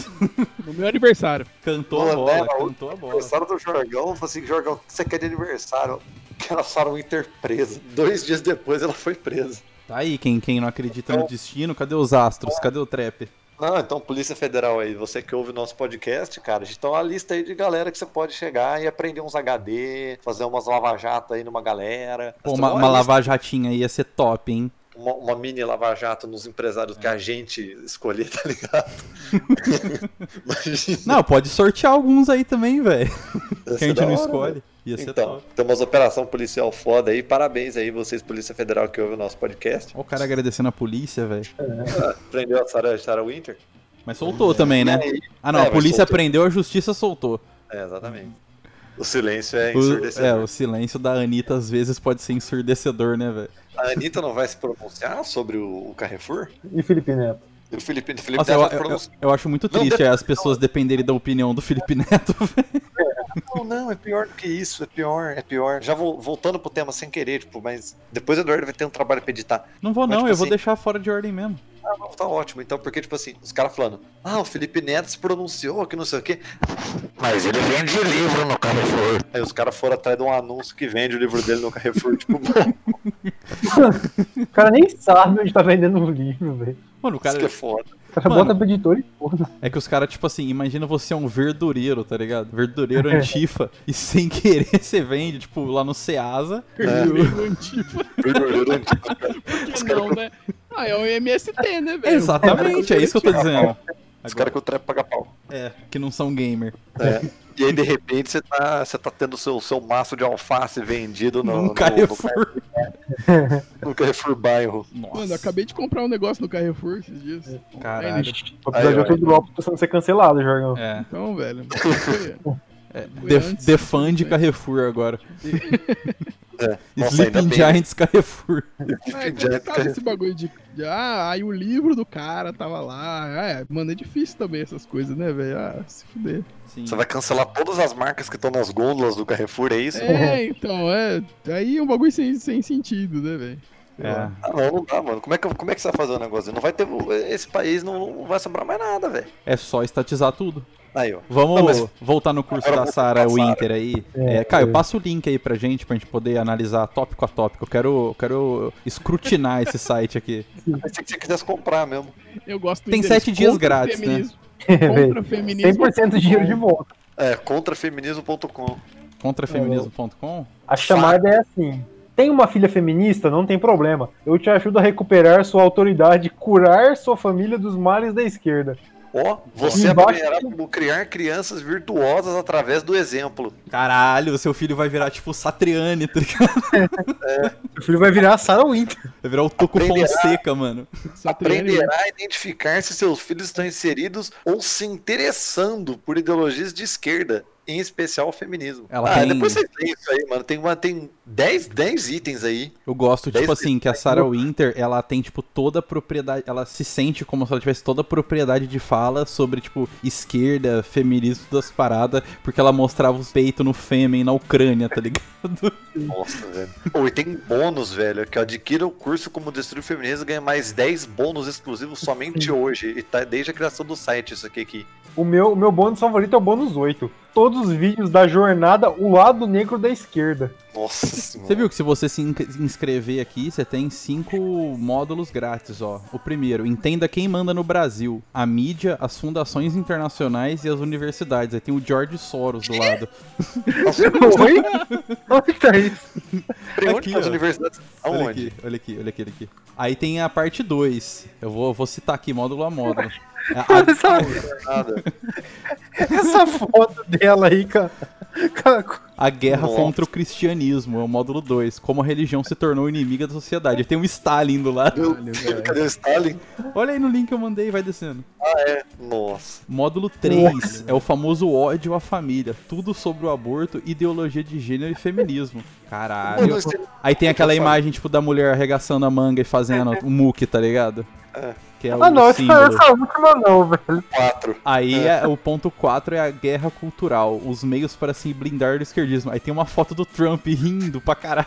D: No meu aniversário.
B: Cantou
A: Boa
B: a bola,
A: dela,
E: né?
B: cantou a
A: O
B: bola.
A: aniversário do Jorgão, falou assim, Jorgão, o que você quer de aniversário? Que era a Sara Winter presa. Dois dias depois ela foi presa.
B: Tá aí, quem, quem não acredita no destino, cadê os astros? Cadê o trap?
A: Não, então Polícia Federal aí, você que ouve o nosso podcast, cara, a gente tem uma lista aí de galera que você pode chegar e aprender uns HD, fazer umas lava-jato aí numa galera. é
B: Pô,
A: Nós
B: uma,
A: temos
B: uma lava-jatinha ia ser top, hein?
A: uma, uma mini lava-jato nos empresários
B: É.
A: que a gente escolher, tá ligado? Imagina. é
B: Não, pode sortear alguns aí também, velho. Que a gente não escolhe. Ia ser
A: Então,
B: top.
A: tem umas operação policial foda aí. Parabéns aí, vocês, Polícia Federal, que ouve o nosso podcast.
B: Olha o cara agradecendo a polícia, velho.
A: Prendeu a Sarah, Sarah Winter.
B: Mas soltou também, né?
A: E aí-
B: Ah, não,
A: É,
B: a
A: mas
B: polícia
A: soltou.
B: prendeu, a justiça soltou.
A: É, exatamente. O silêncio é
B: O, é,
A: ensurdecedor.
B: o silêncio da Anitta às vezes pode ser ensurdecedor, né, velho?
A: A Anitta não vai se pronunciar sobre o, o Carrefour?
E: E Felipe Neto.
A: E O Felipe, o Felipe Neto
B: Nossa, eu,
A: vai se
B: eu-
A: pronunciar.
B: eu acho muito triste é, as pessoas dependerem da opinião do Felipe Neto, velho.
A: Não, não, é pior do que isso, é pior, é pior. Já vol- voltando pro tema sem querer, tipo, mas depois o Eduardo vai ter um trabalho pra editar.
B: Não vou,
A: Mas,
B: não,
A: tipo
B: eu vou
A: assim-
B: deixar fora de ordem mesmo.
A: Ah, não, tá ótimo, então, porque, tipo assim, os caras falando, ah, o Felipe Neto se pronunciou que não sei o quê. Mas ele vende livro no Carrefour. Aí os caras foram atrás de um anúncio que vende o livro dele no Carrefour, tipo, mano,
E: O cara nem
C: Sabe onde tá vendendo um livro, velho.
B: Mano, o
A: isso que é
B: cara.
A: foda.
C: O cara
B: Mano.
C: bota pro editor e porra.
B: É que os caras, tipo assim, imagina você é um verdureiro, tá ligado? Verdureiro antifa, e sem querer você vende, tipo, lá no Ceasa.
A: É.
D: Verdureiro antigo. Por
A: Os
D: que
A: cara
D: não, né? Ah, é o MST, né, velho?
B: Exatamente, é isso que eu tô dizendo.
A: Os caras que o trap paga pau.
B: É, que não são gamer.
A: E aí, de repente, você tá, você tá tendo o seu, seu maço de alface vendido no,
B: Num
A: no, no,
B: Carrefour. Hum.
A: no Carrefour bairro.
D: Mano,
B: Nossa.
D: eu acabei de comprar um negócio no Carrefour esses dias. Aí,
B: Caralho.
D: né?
E: O episódio
A: Aí,
E: é todo golpe tá sendo ser cancelado, Jorgão.
B: É.
D: Então, velho. Foi, foi
B: The,
D: antes.
B: The Fund é. Carrefour agora.
A: É.
B: Sleeping Giants Carrefour.
D: É,
A: Já
D: então, sabe
A: fica-
D: esse bagulho de, de, Ah, aí o livro do cara tava lá. Ah, é, mano, é difícil também essas coisas, né, velho? Ah, se fuder.
B: Sim.
A: Você vai cancelar todas as marcas que estão nas gôndolas do Carrefour, é isso?
D: É, então, é. Aí é um bagulho sem, sem sentido, né, velho?
B: É.
A: Ah, não, não dá, mano. Como é que, como é que você vai fazer o negócio? Não vai ter. Esse país não, não vai sobrar mais nada, velho.
B: É só estatizar tudo.
A: Aí, ó.
B: Vamos
A: Não, mas-
B: voltar no curso
A: Agora
B: da
A: eu vou
B: Sarah
A: voltar pra
B: Winter aí. É, Caio, passa o link aí pra gente, pra gente poder analisar tópico a tópico. Eu quero, eu quero escrutinar esse site aqui.
A: Pensei que você quisesse comprar mesmo.
D: Eu gosto do
B: Tem
D: endereço.
B: sete dias
D: Contra o
B: grátis, né?
D: feminismo.
E: velho.
D: Contra É. o feminismo.
E: 100% de dinheiro de volta.
A: É, contrafeminismo.com.
B: Contrafeminismo.com?
E: A chamada é assim. Tem uma filha feminista? Não tem problema. Eu te ajudo a recuperar sua autoridade, curar sua família dos males da esquerda.
A: Ó, você
E: Embaixo-
A: apoiará como criar crianças virtuosas através do exemplo.
B: Caralho, o seu filho vai virar tipo Satriani, tá ligado?
E: Meu filho vai virar a Sarah Winter.
B: Vai virar o Toco
A: Aprenderá.
B: Fonseca, mano.
D: Satriani, velho.
A: Aprenderá a identificar se seus filhos estão inseridos ou se interessando por ideologias de esquerda. em especial o feminismo.
B: Ela
A: ah,
B: tem-
A: depois vocês veem isso aí, mano. Tem, uma, tem 10, 10 itens aí.
B: Eu gosto, tipo
A: Dez
B: assim, que a Sarah Winter, ela tem, tipo, toda a propriedade. Ela se sente como se ela tivesse toda a propriedade de fala sobre, tipo, esquerda, feminismo, das paradas, porque ela mostrava os peitos no fêmea na Ucrânia, tá ligado?
A: Nossa, velho. Pô, e tem bônus, velho, que adquira o curso como destruir o feminismo e ganha mais 10 bônus exclusivos somente hoje. E tá desde a criação do site isso aqui. aqui.
E: O meu, o meu bônus favorito é o bônus 8. Todos os vídeos da jornada O Lado Negro da Esquerda.
A: Nossa senhora.
B: Você viu que se você se in- inscrever aqui, você tem cinco módulos grátis, ó. O primeiro, entenda quem manda no Brasil. A mídia, as fundações internacionais e as universidades. Aí tem o George Soros do lado.
E: Oi? Onde tá isso?
A: Tem onde
B: aqui,
A: que as
B: ó.
A: universidades?
B: Olha
A: Aonde?
B: aqui, olha aqui, olha aqui, olha aqui. Aí tem a parte 2. Eu vou, vou citar aqui módulo a módulo. É, A- a-
E: Essa,
A: Nada.
E: essa foto dela aí, cara.
B: A guerra
A: Nossa.
B: contra o cristianismo, é o módulo 2. Como a religião se tornou inimiga da sociedade. Tem um Stalin do lado.
A: Meu Deus, cadê o Stalin?
B: Olha aí no link que eu mandei, vai descendo.
A: Nossa.
B: Módulo 3 é o famoso ódio à família. Tudo sobre o aborto, ideologia de gênero e feminismo.
A: Mano,
B: Caralho.
A: você-
B: Aí tem aquela
A: Mano,
B: imagem, tipo, da mulher arregaçando a manga e fazendo o muque, tá ligado?
A: É.
B: Que é o
E: Ah, não, essa,
B: símbolo.
E: essa última não, velho.
A: quatro.
B: Aí é- o ponto 4 é a guerra cultural, os meios para se blindar do esquerdismo. Aí tem uma foto do Trump rindo pra caralho.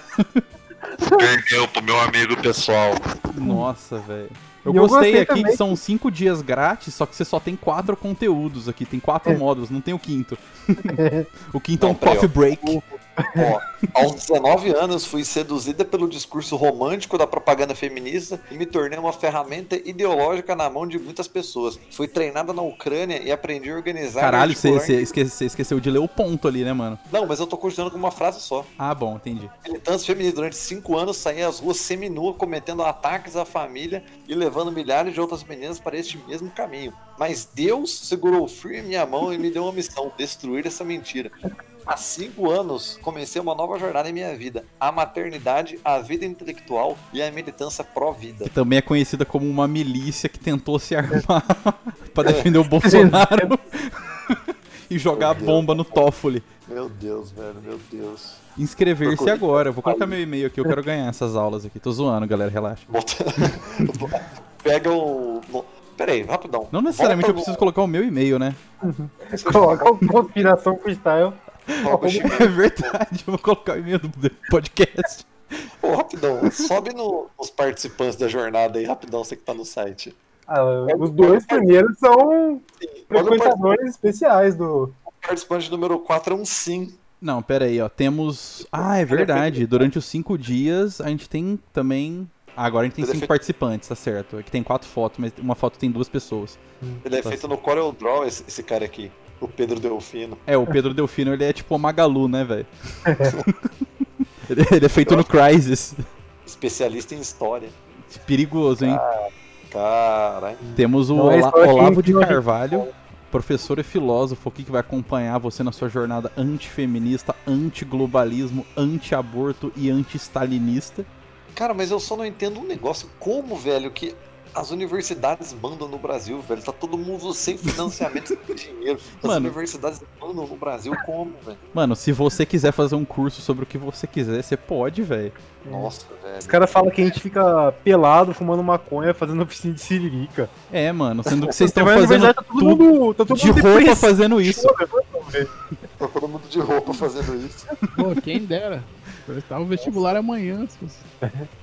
A: Perdeu pro meu amigo pessoal.
B: Nossa, velho. Eu
E: E eu
B: gostei,
E: gostei
B: aqui
E: também.
B: que são cinco dias grátis, só que você só tem quatro conteúdos aqui, tem quatro módulos, não tem o quinto. o quinto é um
A: Não, peraí, ó.
B: coffee break.
A: Ó, aos 19 anos fui seduzida pelo discurso romântico da propaganda feminista e me tornei uma ferramenta ideológica na mão de muitas pessoas. Fui treinada na Ucrânia e aprendi a organizar. e
B: Caralho, você,
A: articular-
B: você esque- você esqueceu de ler o ponto ali, né, mano?
A: Não, mas eu tô continuando com uma frase só.
B: Ah, bom, entendi.
A: Militância feminista durante cinco anos saí às ruas seminua, cometendo ataques à família e levando milhares de outras meninas para este mesmo caminho. Mas Deus segurou firme minha mão e me deu uma missão: destruir essa mentira. Há cinco anos comecei uma nova jornada em minha vida: a maternidade, a vida intelectual e a militância pró-vida.
B: Que também é conhecida como uma milícia que tentou se armar pra defender o Bolsonaro e jogar a bomba no Toffoli.
A: Meu Deus, velho, meu Deus.
B: Inscrever-se
A: Procure.
B: agora. Eu Vou colocar meu e-mail aqui, eu quero ganhar essas aulas aqui. Tô zoando, galera, relaxa.
A: Bota- Pega o. no- Peraí, rapidão.
B: Não necessariamente eu
A: Volta
B: preciso colocar o meu e-mail, né?
E: Coloca o conspiração freestyle.
A: no- Roba o Chico.
B: É verdade, eu vou colocar o e-mail do podcast.
A: Ô, rapidão, sobe no- nos participantes da jornada aí, rapidão, você que tá no site.
E: Ah, os dois primeiros são
A: Olha o par-
E: frequentadores especiais do.
A: participante número 4 é um sim.
B: Não, pera aí, ó. Temos. Ah, é verdade. Durante os cinco dias a gente tem também. Ah, agora a gente tem cinco participantes, tá certo? Aqui tem quatro fotos, mas uma foto tem duas pessoas.
A: Ele é
B: Tá
A: feito no Corel Draw, esse, esse cara aqui. O Pedro Delfino.
B: É, o Pedro Delfino, ele é tipo o Magalu, né, velho? ele, ele é feito no Crisis.
A: Especialista em história.
B: Perigoso, hein?
A: Caralho.
B: Temos o
E: Não, é
B: Ola-
E: só aqui
B: Olavo
E: que
B: de
E: não-
B: Carvalho, professor e filósofo aqui que vai acompanhar você na sua jornada antifeminista, antiglobalismo, antiaborto e anti-stalinista.
A: Cara, mas eu só não entendo um negócio. Como, velho, que as universidades mandam no Brasil, velho? Tá todo mundo sem financiamento, sem dinheiro. As
B: Mano.
A: universidades mandam no Brasil como, velho?
B: Mano, se você quiser fazer um curso sobre o que você quiser, você pode, velho.
A: Nossa, velho.
E: Os caras falam que a gente fica pelado, fumando maconha, fazendo oficina de siririca.
B: É, mano, sendo que vocês
E: Você
B: estão
E: vai na
B: fazendo
E: verdade, tá todo mundo. Tá todo
B: de
E: mundo
B: roupa
E: depressivo.
B: fazendo isso.
A: Tá todo mundo de roupa fazendo isso.
D: Pô, quem dera. Prestar o vestibular amanhã. se fosse-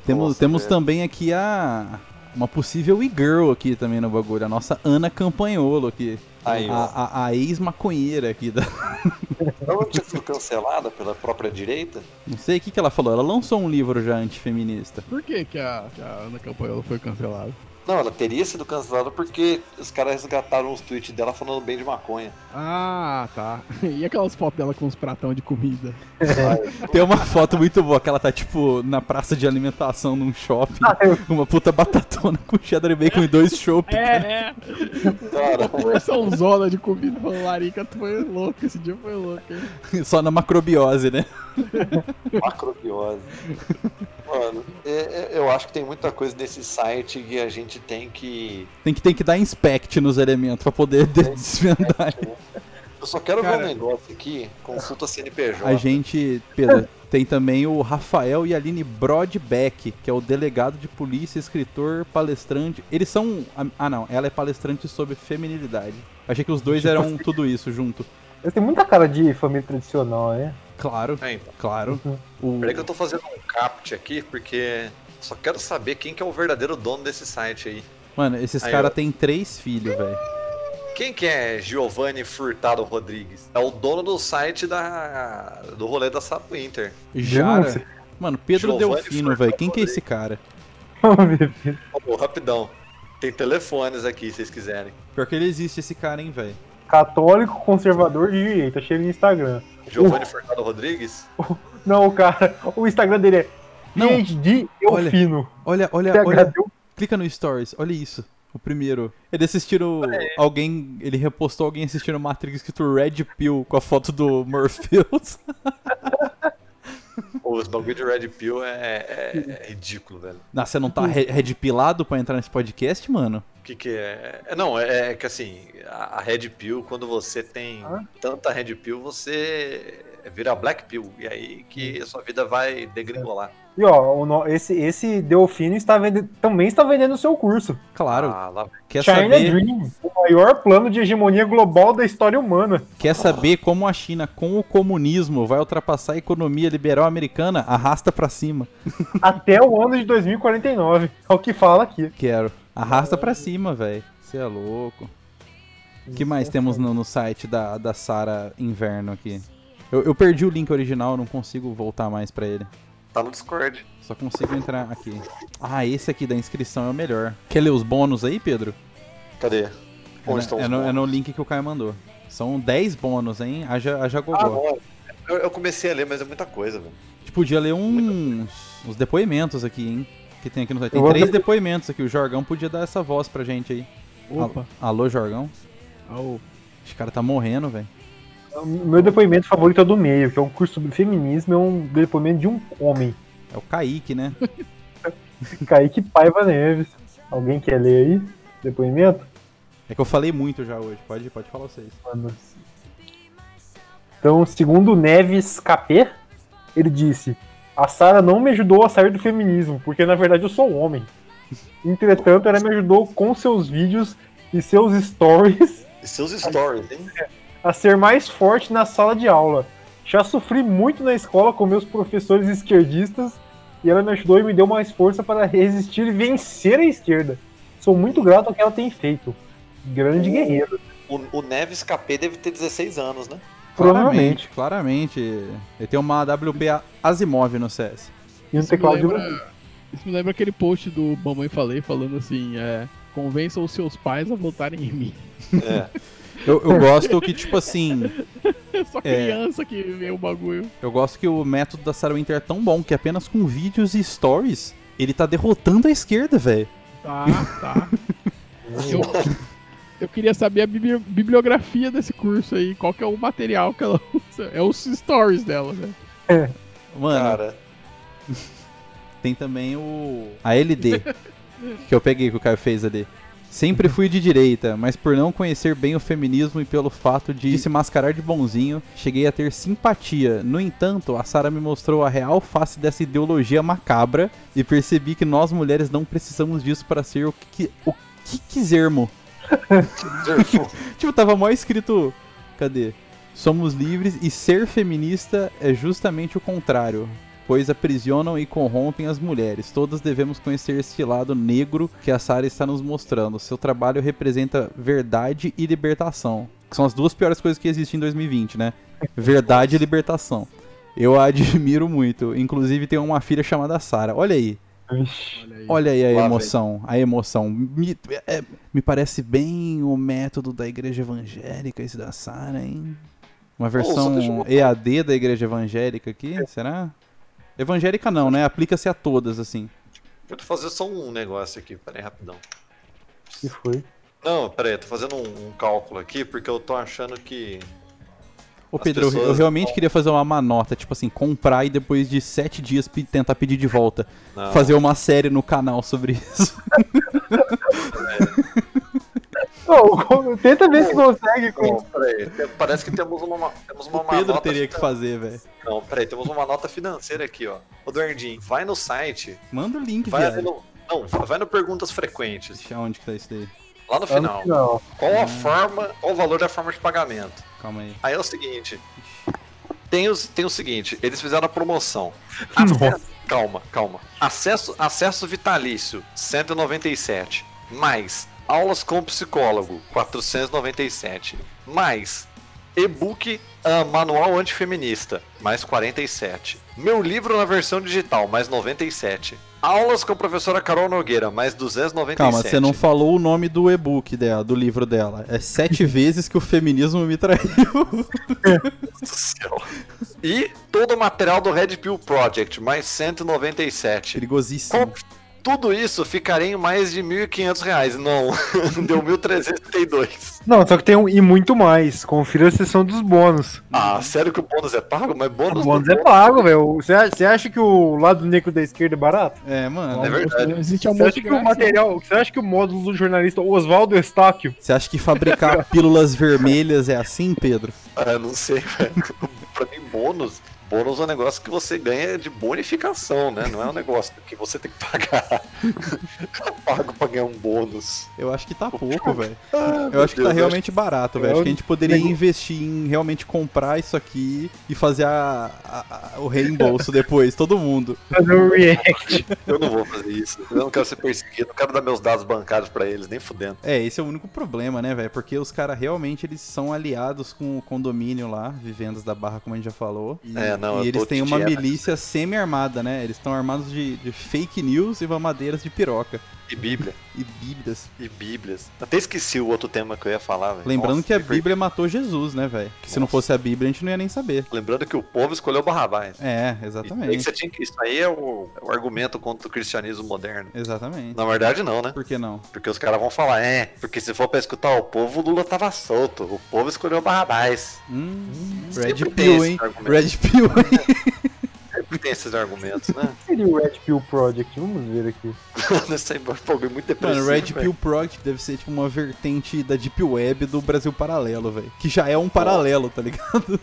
B: Temos,
A: Nossa,
B: temos
A: velho.
B: também aqui a uma possível e-girl aqui também no bagulho, a nossa Ana Campanholo aqui,
A: Aí,
B: a,
A: ó.
B: a- a ex-maconheira aqui da,
A: Ela não Então, tinha sido cancelada pela própria direita?
B: Não sei o que, que ela falou. Ela lançou um livro já antifeminista.
D: Por que, que, a, que a Ana Campanhola foi cancelada?
A: Não, ela teria sido cancelada porque os caras resgataram os tweets dela falando bem de maconha.
D: Ah, tá. E aquelas fotos dela com os pratão de comida?
B: Tem uma foto muito boa que ela tá, tipo, na praça de alimentação num shopping. Uma puta batatona com cheddar e bacon e dois chopp.
D: É, é.
A: Cara,
D: Porção é um zona de comida. Falou, Larica, tu foi louco. Esse dia foi louco. hein?"
B: Só na macrobiose, né?
A: macrobiose. Mano, é- é- eu acho que tem muita coisa nesse site que a gente tem que.
B: Tem que, tem que dar inspect nos elementos pra poder de- desvendar.
A: Eu só quero
B: Cara.
A: ver um negócio aqui. Consulta CNPJ.
B: A gente, Pedro, tem também o Rafael e Aline Brodbeck, que é o delegado de polícia, escritor, palestrante. Eles são. Ah, não, ela é palestrante sobre feminilidade. Achei que os dois
A: Tipo assim.
B: eram tudo isso junto.
C: Eles têm muita cara de família tradicional, né?
B: Claro,
A: É, então.
B: claro. O-
A: Peraí que eu tô fazendo um capt aqui, porque só quero saber quem que é o verdadeiro dono desse site aí.
B: Mano, esses
A: Aí,
B: caras
A: ó.
B: têm três filhos, velho.
A: Quem que é Giovanni Furtado Rodrigues? É o dono do site da do rolê da Sapo Inter.
B: Jara. Mano, Pedro
A: Giovanni
B: Delfino,
A: Furtado
B: velho. Quem que é esse cara?
A: Ô, rapidão. Tem telefones aqui, se vocês quiserem.
B: Pior que ele existe, esse cara, hein, velho.
C: Católico, conservador de direita. Achei ele no Instagram.
A: Giovanni Furtado Rodrigues?
C: Não, cara, o Instagram dele é
B: Não.
C: PhD
B: Olha.
C: Eufino.
B: Olha, olha, olha.
C: PhD
B: Clica no Stories, olha isso. O primeiro. Ele assistindo. Alguém. Ele repostou alguém assistindo Matrix escrito Red Pill com a foto do Murfield.
A: Pô, Os bagulho de Red Pill é, é- é ridículo, velho.
B: Não, você não tá re- red pillado pra entrar nesse podcast, mano?
A: O que que é? é- Não, é, é que assim, a a Red Pill, quando você tem tanta Red Pill, você vira Black Pill. E aí que a sua vida vai degringolar.
C: E ó, o no- esse, esse Delfino está vendendo, também está vendendo o seu curso.
B: Claro,
A: Ah, lá
B: quer
C: China
B: saber,
C: Dream, o maior plano de hegemonia global da história humana.
B: quer saber como a China, com o comunismo, vai ultrapassar a economia liberal americana? Arrasta pra cima.
C: até o ano de 2049. É o que fala aqui.
B: Quero. Arrasta pra cima, velho. Você é louco. O que mais temos no, no site da, da Sara Inverno aqui? Eu, eu perdi o link original, não consigo voltar mais pra ele.
A: tá no Discord.
B: Só consigo entrar aqui. Ah, esse aqui da inscrição é o melhor. Quer ler os bônus aí, Pedro?
A: Cadê?
B: É,
A: Onde
B: na-
A: estão
B: é
A: os
B: no, é
A: bônus?
B: no link que o Caio mandou. São 10 bônus, hein? Haja, haja
A: Ah,
B: gogó.
A: agora. Eu, eu comecei a ler, mas é muita coisa, velho.
B: A gente Tipo, podia ler uns, uns depoimentos aqui, hein? Que tem aqui no site.
C: Eu
B: Tem
C: vou
B: três
C: abrir-
B: depoimentos aqui. O Jorgão podia dar essa voz pra gente aí.
D: Opa. Ah,
B: Al- Alô, Jorgão?
D: Au.
B: Esse cara tá morrendo, velho.
C: O Meu depoimento favorito é o do meio, que é um curso sobre feminismo, é um depoimento de um homem.
B: É o Kaique, né?
C: Kaique Paiva Neves. Alguém quer ler aí? Depoimento?
B: É que eu falei muito já hoje. Pode, pode falar vocês.
C: Mano. Então, segundo Neves KP, ele disse: A Sara não me ajudou a sair do feminismo, porque na verdade eu sou um homem. Entretanto, ela me ajudou com seus vídeos e seus stories
A: E seus stories, hein?
C: a ser mais forte na sala de aula. Já sofri muito na escola com meus professores esquerdistas e ela me ajudou e me deu mais força para resistir e vencer a esquerda. Sou muito grato ao que ela tem feito.
E: Hum,
C: Grande guerreiro.
A: O, o Neves KP deve ter 16 anos, né?
C: Provavelmente.
B: Claramente. claramente. Ele tem uma AWP Asimov no CS.
C: E um
D: Isso me,
C: teclado de
D: lembra, isso me lembra aquele post do Mamãe Falei falando assim, é, convençam os seus pais a votarem em mim.
A: É.
B: Eu, eu gosto que, tipo assim.
D: É só criança que vê o bagulho.
B: Eu gosto que o método da Sarah Winter é tão bom que apenas com vídeos e stories ele tá derrotando a esquerda, velho.
D: Tá, tá. eu, eu queria saber a bibli- bibliografia desse curso aí, qual que é o material que ela usa. É os stories dela, né?
B: Mano,
A: Cara,
B: tem também o. A LD. que eu peguei que o Caio fez ali. Sempre fui de direita, mas por não conhecer bem o feminismo e pelo fato de se mascarar de bonzinho, cheguei a ter simpatia. No entanto, a Sarah me mostrou a real face dessa ideologia macabra e percebi que nós mulheres não precisamos disso para ser o que, o que quisermos.
A: Zerfo.
B: Tipo, tava mó escrito. Cadê? Somos livres e ser feminista é justamente o contrário. Pois aprisionam e corrompem as mulheres. Todas devemos conhecer esse lado negro que a Sarah está nos mostrando. Seu trabalho representa verdade e libertação. Que são as duas piores coisas que existem em 2020, né? Verdade e libertação. Eu a admiro muito. Inclusive, tem uma filha chamada Sarah. Olha aí.
C: Vixe.
D: Olha aí.
B: Olha aí a
A: Lá vem.
B: emoção, a emoção. Me, é, me parece bem o método da igreja evangélica, esse da Sara, hein? Uma
A: só
B: versão
A: deixa eu botar. É.
B: EAD da igreja evangélica aqui, será? Evangélica não, né? Aplica-se a todas, assim.
A: Vou fazer só um negócio aqui, peraí, rapidão.
C: que foi?
A: Não, peraí, eu tô fazendo um, um cálculo aqui, porque eu tô achando que.
B: Ô
A: As
B: Pedro, eu- eu
A: pessoas
B: realmente
A: vão-
B: queria fazer uma manota, tipo assim, comprar e depois de sete dias pe- tentar pedir de volta.
A: Não,
B: Fazer uma série no canal sobre isso.
C: Não, como- tem
E: Tenta ver se consegue com.
A: Bom, peraí, tem- parece que temos uma, temos uma
B: um O Pedro
A: nota
B: teria que
A: finan-
B: fazer, velho.
A: Não, peraí, temos uma nota financeira aqui, ó. Ô, Duardinho, vai no site,
B: Manda o link,
A: vai ali
B: viado.
A: no... Não, vai no Perguntas Frequentes,
B: Deixa onde que tá isso daí.
A: lá no final.
E: Não.
A: Qual a forma, qual o valor da forma de pagamento?
B: Calma aí.
A: Aí é o seguinte, tem, os, tem o seguinte, eles fizeram a promoção. Acesso- calma, calma. Acesso, acesso vitalício, 197. Mais aulas com psicólogo, 497. Mais e-book ah, manual antifeminista, mais 47. Meu livro na versão digital, mais 97. Aulas com a professora Carol Nogueira, mais 297.
B: Calma, você não falou o nome do e-book dela, do livro dela. É sete vezes que o feminismo me traiu.
A: do céu. E todo o material do Red Pill Project, mais 197.
B: Perigosíssimo.
A: Com tudo isso, ficaria em mais de 1.500 reais. Não, deu 1.332.
E: Não, só que tem um e muito mais. Confira a sessão dos bônus.
B: Uhum.
A: Ah, sério que o bônus é pago? Mas bônus,
E: O bônus é pago, velho. Você acha- Você acha que o lado negro da esquerda é barato?
B: É, mano.
A: É verdade.
D: Não existe
E: Você
D: almoço
E: acha que o
D: grátis,
E: material. Você acha que o módulo do jornalista Oswaldo Estáquio
B: Você acha que fabricar pílulas vermelhas é assim, Pedro?
A: Ah, não sei, velho. Pra mim, bônus. Bônus é um negócio que você ganha de bonificação, né? Não é um negócio que você tem que pagar. Eu pago pra ganhar um bônus.
B: Eu acho que tá pouco, velho.
A: Ah,
B: Eu
A: meu
B: acho que é tá
A: Deus,
B: realmente barato, velho. Acho que a gente poderia
E: Eu-
B: investir em realmente comprar isso aqui e fazer a- a- a- o reembolso depois, todo mundo.
E: fazer um react?
A: Eu não vou fazer isso. Eu não quero ser perseguido. Eu quero dar meus dados bancários pra eles, nem fudendo.
B: É, esse é o único problema, né, velho? Porque os caras realmente eles são aliados com o condomínio lá, vivendas da Barra, como a gente já falou. E,
A: É, não, eu
B: e eles
A: tô
B: têm
A: de
B: uma
A: dieta.
B: milícia semi-armada, né? Eles estão armados de, de fake news e mamadeiras de piroca.
A: E Bíblia.
B: E bíblias.
A: E Bíblias. Até esqueci o outro tema que eu ia falar, velho.
B: Lembrando
A: Nossa,
B: que a
A: me perdi.
B: Bíblia matou Jesus, né, velho? Que se não
A: Nossa.
B: fosse a Bíblia, a gente não ia nem saber.
A: Lembrando que o povo escolheu Barrabás.
B: É,
A: E aí que
B: exatamente.
A: você tinha que- Isso aí é o, é o argumento contra o cristianismo moderno.
B: Exatamente.
A: Na verdade, não, né?
B: Por que não?
A: Porque os caras vão falar, é, porque se for pra escutar o povo, o Lula tava solto. O povo escolheu Barrabás.
B: Hum,
A: Sempre
B: Red
A: tem
B: Pill,
A: esses
B: hein?
A: argumentos.
B: Red Pill, hein?
A: Sempre tem esses argumentos, né?
E: seria o Red Pill Project? Vamos ver aqui.
A: Isso aí é um bagulho muito depressivo.
B: Mano, Red
A: velho.
B: Pill Project deve ser tipo uma vertente da Deep Web do Brasil Paralelo, velho. Que já é um paralelo, tá ligado?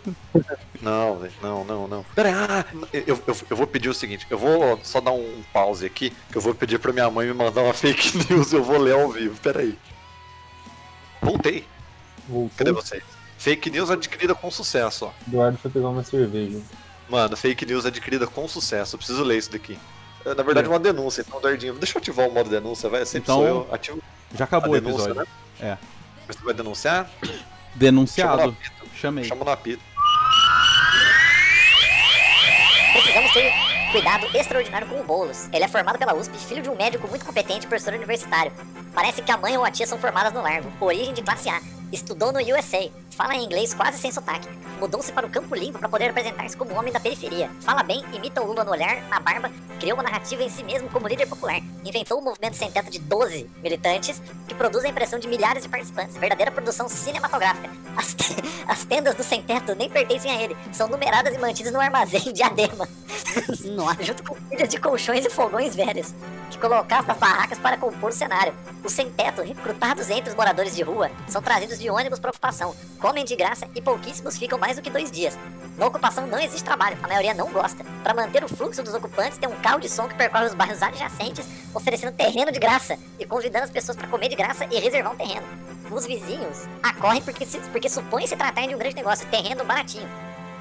A: Não, velho, não, não, não. Pera, aí, ah, eu, eu, eu vou pedir o seguinte, eu vou só dar um pause aqui, que eu vou pedir pra minha mãe me mandar uma fake news, eu vou ler ao vivo, pera aí. Voltei, cadê
E: Voltou.
A: vocês? Fake news adquirida com sucesso, ó.
E: Eduardo foi pegar uma cerveja.
A: Mano, fake news adquirida com sucesso, eu preciso ler isso daqui. É, Na verdade, é uma denúncia, então, Dardinho, deixa eu ativar o modo denúncia, vai, sempre
B: Então,
A: sou eu, ativo
B: Já
A: a
B: acabou o
A: denúncia,
B: episódio.
A: né?
B: É.
A: Mas Você vai denunciar? Chama no
B: Denunciado.
A: apito,
B: Chamei.
A: chama no apito.
F: Precisamos ter cuidado extraordinário com o Boulos. Ele é formado pela USP, filho de um médico muito competente e professor universitário. Parece que a mãe ou a tia são formadas no largo. Origem de classe A. Estudou no USA. Fala em inglês quase sem sotaque. Mudou-se para o Campo Limpo para poder apresentar-se como homem da periferia. Fala bem, imita o Lula no olhar, na barba. Criou uma narrativa em si mesmo como líder popular. Inventou um movimento sem teto de 12 militantes que produz a impressão de milhares de participantes. Verdadeira produção cinematográfica. As, te- as tendas do sem teto nem pertencem a ele. São numeradas e mantidas no armazém de Adema. Nossa. Junto com pilhas de colchões e fogões velhos, que colocavam nas barracas para compor o cenário. Os sem-teto, recrutados entre os moradores de rua, são trazidos de ônibus para ocupação, comem de graça e pouquíssimos ficam mais do que dois dias. Na ocupação não existe trabalho, a maioria não gosta. Para manter o fluxo dos ocupantes, tem um carro de som que percorre os bairros adjacentes, oferecendo terreno de graça e convidando as pessoas para comer de graça e reservar um terreno. Os vizinhos acorrem porque, se- porque supõem se tratar de um grande negócio, terreno baratinho.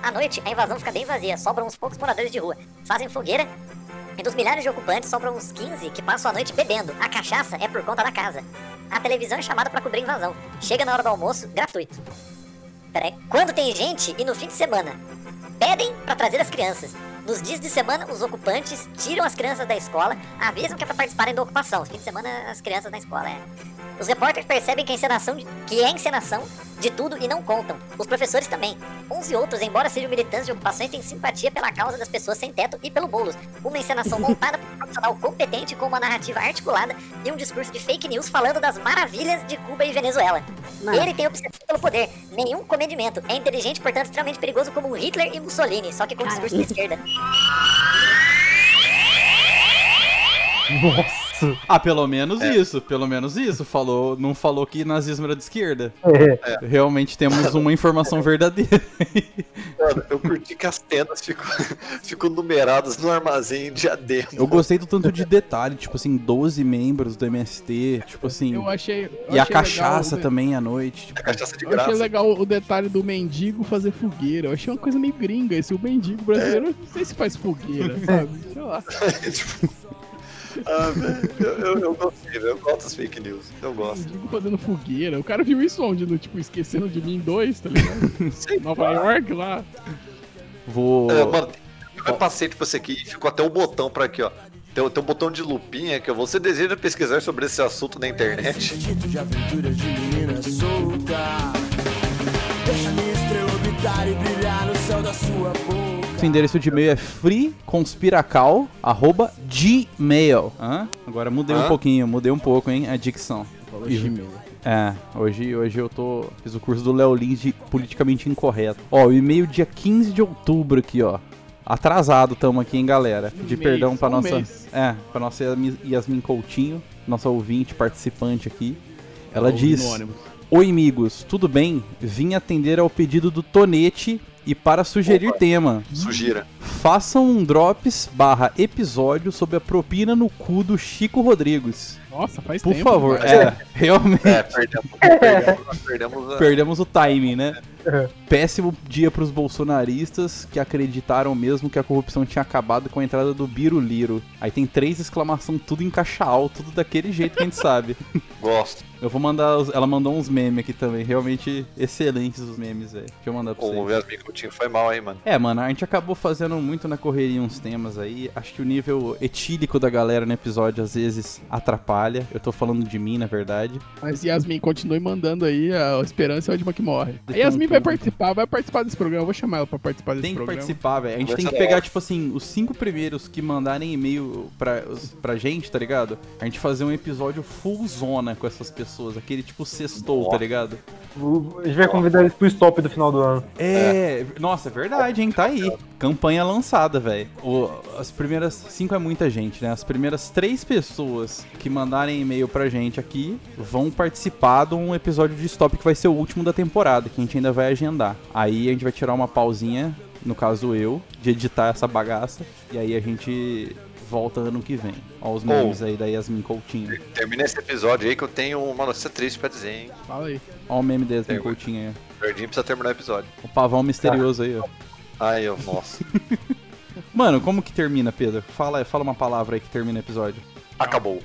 F: À noite, a invasão fica bem vazia, sobram uns poucos moradores de rua. Fazem fogueira e dos milhares de ocupantes sobram uns 15 que passam a noite bebendo. A cachaça é por conta da casa. A televisão é chamada pra cobrir a invasão. Chega na hora do almoço, gratuito. Peraí. Quando tem gente e no fim de semana, pedem pra trazer as crianças. Nos dias de semana, os ocupantes tiram as crianças da escola, avisam que é pra participarem da ocupação. Fim de semana, as crianças na escola, é. Os repórteres percebem que, a encenação de- que é encenação de tudo e não contam. Os professores também. Uns e outros, embora sejam militantes de ocupações, têm simpatia pela causa das pessoas sem teto e pelo Boulos. Uma encenação montada por um profissional competente com uma narrativa articulada e um discurso de fake news falando das maravilhas de Cuba e Venezuela. Ele tem obsessão pelo poder, nenhum comedimento. É inteligente, portanto, extremamente perigoso como um Hitler e Mussolini, só que com discurso da esquerda.
E: Nossa.
C: isso.
B: Ah, pelo menos
A: É.
B: isso, pelo menos isso. Falou, não falou que nazismo era de esquerda.
C: É.
B: Realmente temos uma informação verdadeira.
A: Mano, eu curti que as tendas ficam, ficam numeradas no armazém de diadema.
B: Eu gostei do tanto de detalhe, tipo assim, 12 membros do MST, tipo assim.
D: Eu achei. eu
B: E a
D: achei legal
B: cachaça
D: o de-
B: também à noite. tipo,
A: A cachaça de
D: Eu achei
A: graça.
D: legal o detalhe do mendigo fazer fogueira. Eu achei uma coisa meio gringa. Esse o mendigo brasileiro, eu não sei se faz fogueira, sabe? Sei lá.
A: Tipo, ah, velho, eu, eu, eu gostei, velho. Eu gosto das fake news. Eu gosto.
D: Mendigo fazendo fogueira. O cara viu isso onde? No, tipo, esquecendo de mim dois, tá ligado? Nova York lá.
B: vou.
A: É, mano, eu passei, tipo, esse aqui e ficou até um botão pra aqui, ó. Tem, tem um botão de lupinha que ó, você deseja pesquisar sobre esse assunto na internet.
G: Dito de aventura de menina solta. Deixa minha estrela orbitar e brilhar no céu da sua boca.
B: Seu endereço de e-mail é freeconspiracal.gmail. Hã? Agora mudei
A: Hã?
B: um pouquinho, mudei um pouco, hein? A dicção.
D: E-
B: É, hoje, hoje eu tô. Fiz o curso do Léo Lins de politicamente incorreto. Ó, o e-mail dia 15 de outubro aqui, ó. Atrasado tamo aqui, hein, galera. Pedir
D: mês,
B: perdão pra
D: um
B: nossa.
D: mês.
B: É, pra nossa Yasmin- Yasmin Coutinho, nossa ouvinte, participante aqui. Ela
D: Ou
B: diz.
D: anônimo.
B: Oi, amigos, tudo bem? Vim atender ao pedido do Tonete e para sugerir tema.
A: Sugira.
B: Façam um drops barra episódio sobre a propina no cu do Chico Rodrigues.
D: Nossa, faz
B: Por
D: tempo.
B: favor,
D: cara.
B: é, realmente.
A: É, perdemos. Perdemos, perdemos né? a-
B: Perdemos o timing, né?
C: É.
B: Péssimo dia pros bolsonaristas que acreditaram mesmo que a corrupção tinha acabado com a entrada do Biro Liro. Aí tem três exclamação, tudo em caixa alto, tudo daquele jeito que a gente sabe.
A: Gosto.
B: Eu vou mandar. os- Ela mandou uns memes aqui também. Realmente excelentes os memes, velho. Deixa eu mandar pra
A: O
B: vocês.
A: Yasmin Coutinho foi mal aí, mano.
B: É, mano, a gente acabou fazendo muito na correria uns temas aí. Acho que o nível etílico da galera no episódio às vezes atrapalha. Eu tô falando de mim, na verdade.
D: Mas Yasmin, continue mandando aí. A esperança é a última que morre. A Yasmin vai participar, vai participar desse programa. Eu vou chamar ela pra participar desse
B: Tem que
D: programa.
B: participar, velho. A gente tem que
A: Conversa
B: pegar,
A: dela.
B: tipo assim, os cinco primeiros que mandarem e-mail pra, os- pra gente, tá ligado? A gente fazer um episódio full zona com essas pessoas. Aquele tipo sextou, tá
A: Nossa.
B: ligado?
C: A gente vai convidar eles pro stop do final do ano.
B: É, nossa, é verdade, hein? Tá aí. Campanha lançada, velho. O- As primeiras cinco é muita gente, né? As primeiras três pessoas que mandarem e-mail pra gente aqui vão participar de um episódio de Stop que vai ser o último da temporada, que a gente ainda vai agendar. Aí a gente vai tirar uma pausinha, no caso eu, de editar essa bagaça, e aí a gente volta ano que vem. Ó os memes aí da Yasmin Coutinho.
A: Termina esse episódio aí que eu tenho uma notícia triste pra dizer, hein?
D: Fala aí.
B: Ó o meme da Yasmin
A: É, ué.
B: Coutinho aí.
A: O Verdinho precisa terminar o episódio.
B: O pavão misterioso aí, ó.
A: Ai, eu, nossa.
B: Mano, como que termina, Pedro? Fala, fala uma palavra aí que termina o episódio.
A: Acabou.